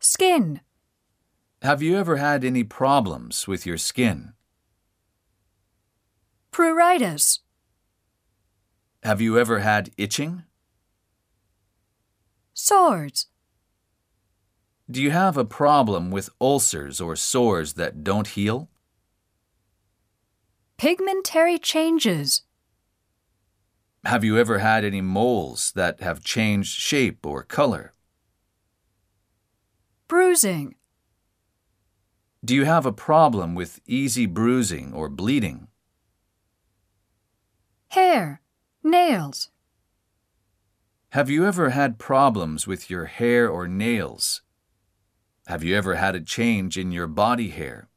skin. Have you ever had any problems with your skin? Pruritus. Have you ever had itching? Swords. Do you have a problem with ulcers or sores that don't heal? Pigmentary changes. Have you ever had any moles that have changed shape or color? Bruising. Do you have a problem with easy bruising or bleeding? Hair. Nails. Have you ever had problems with your hair or nails? Have you ever had a change in your body hair?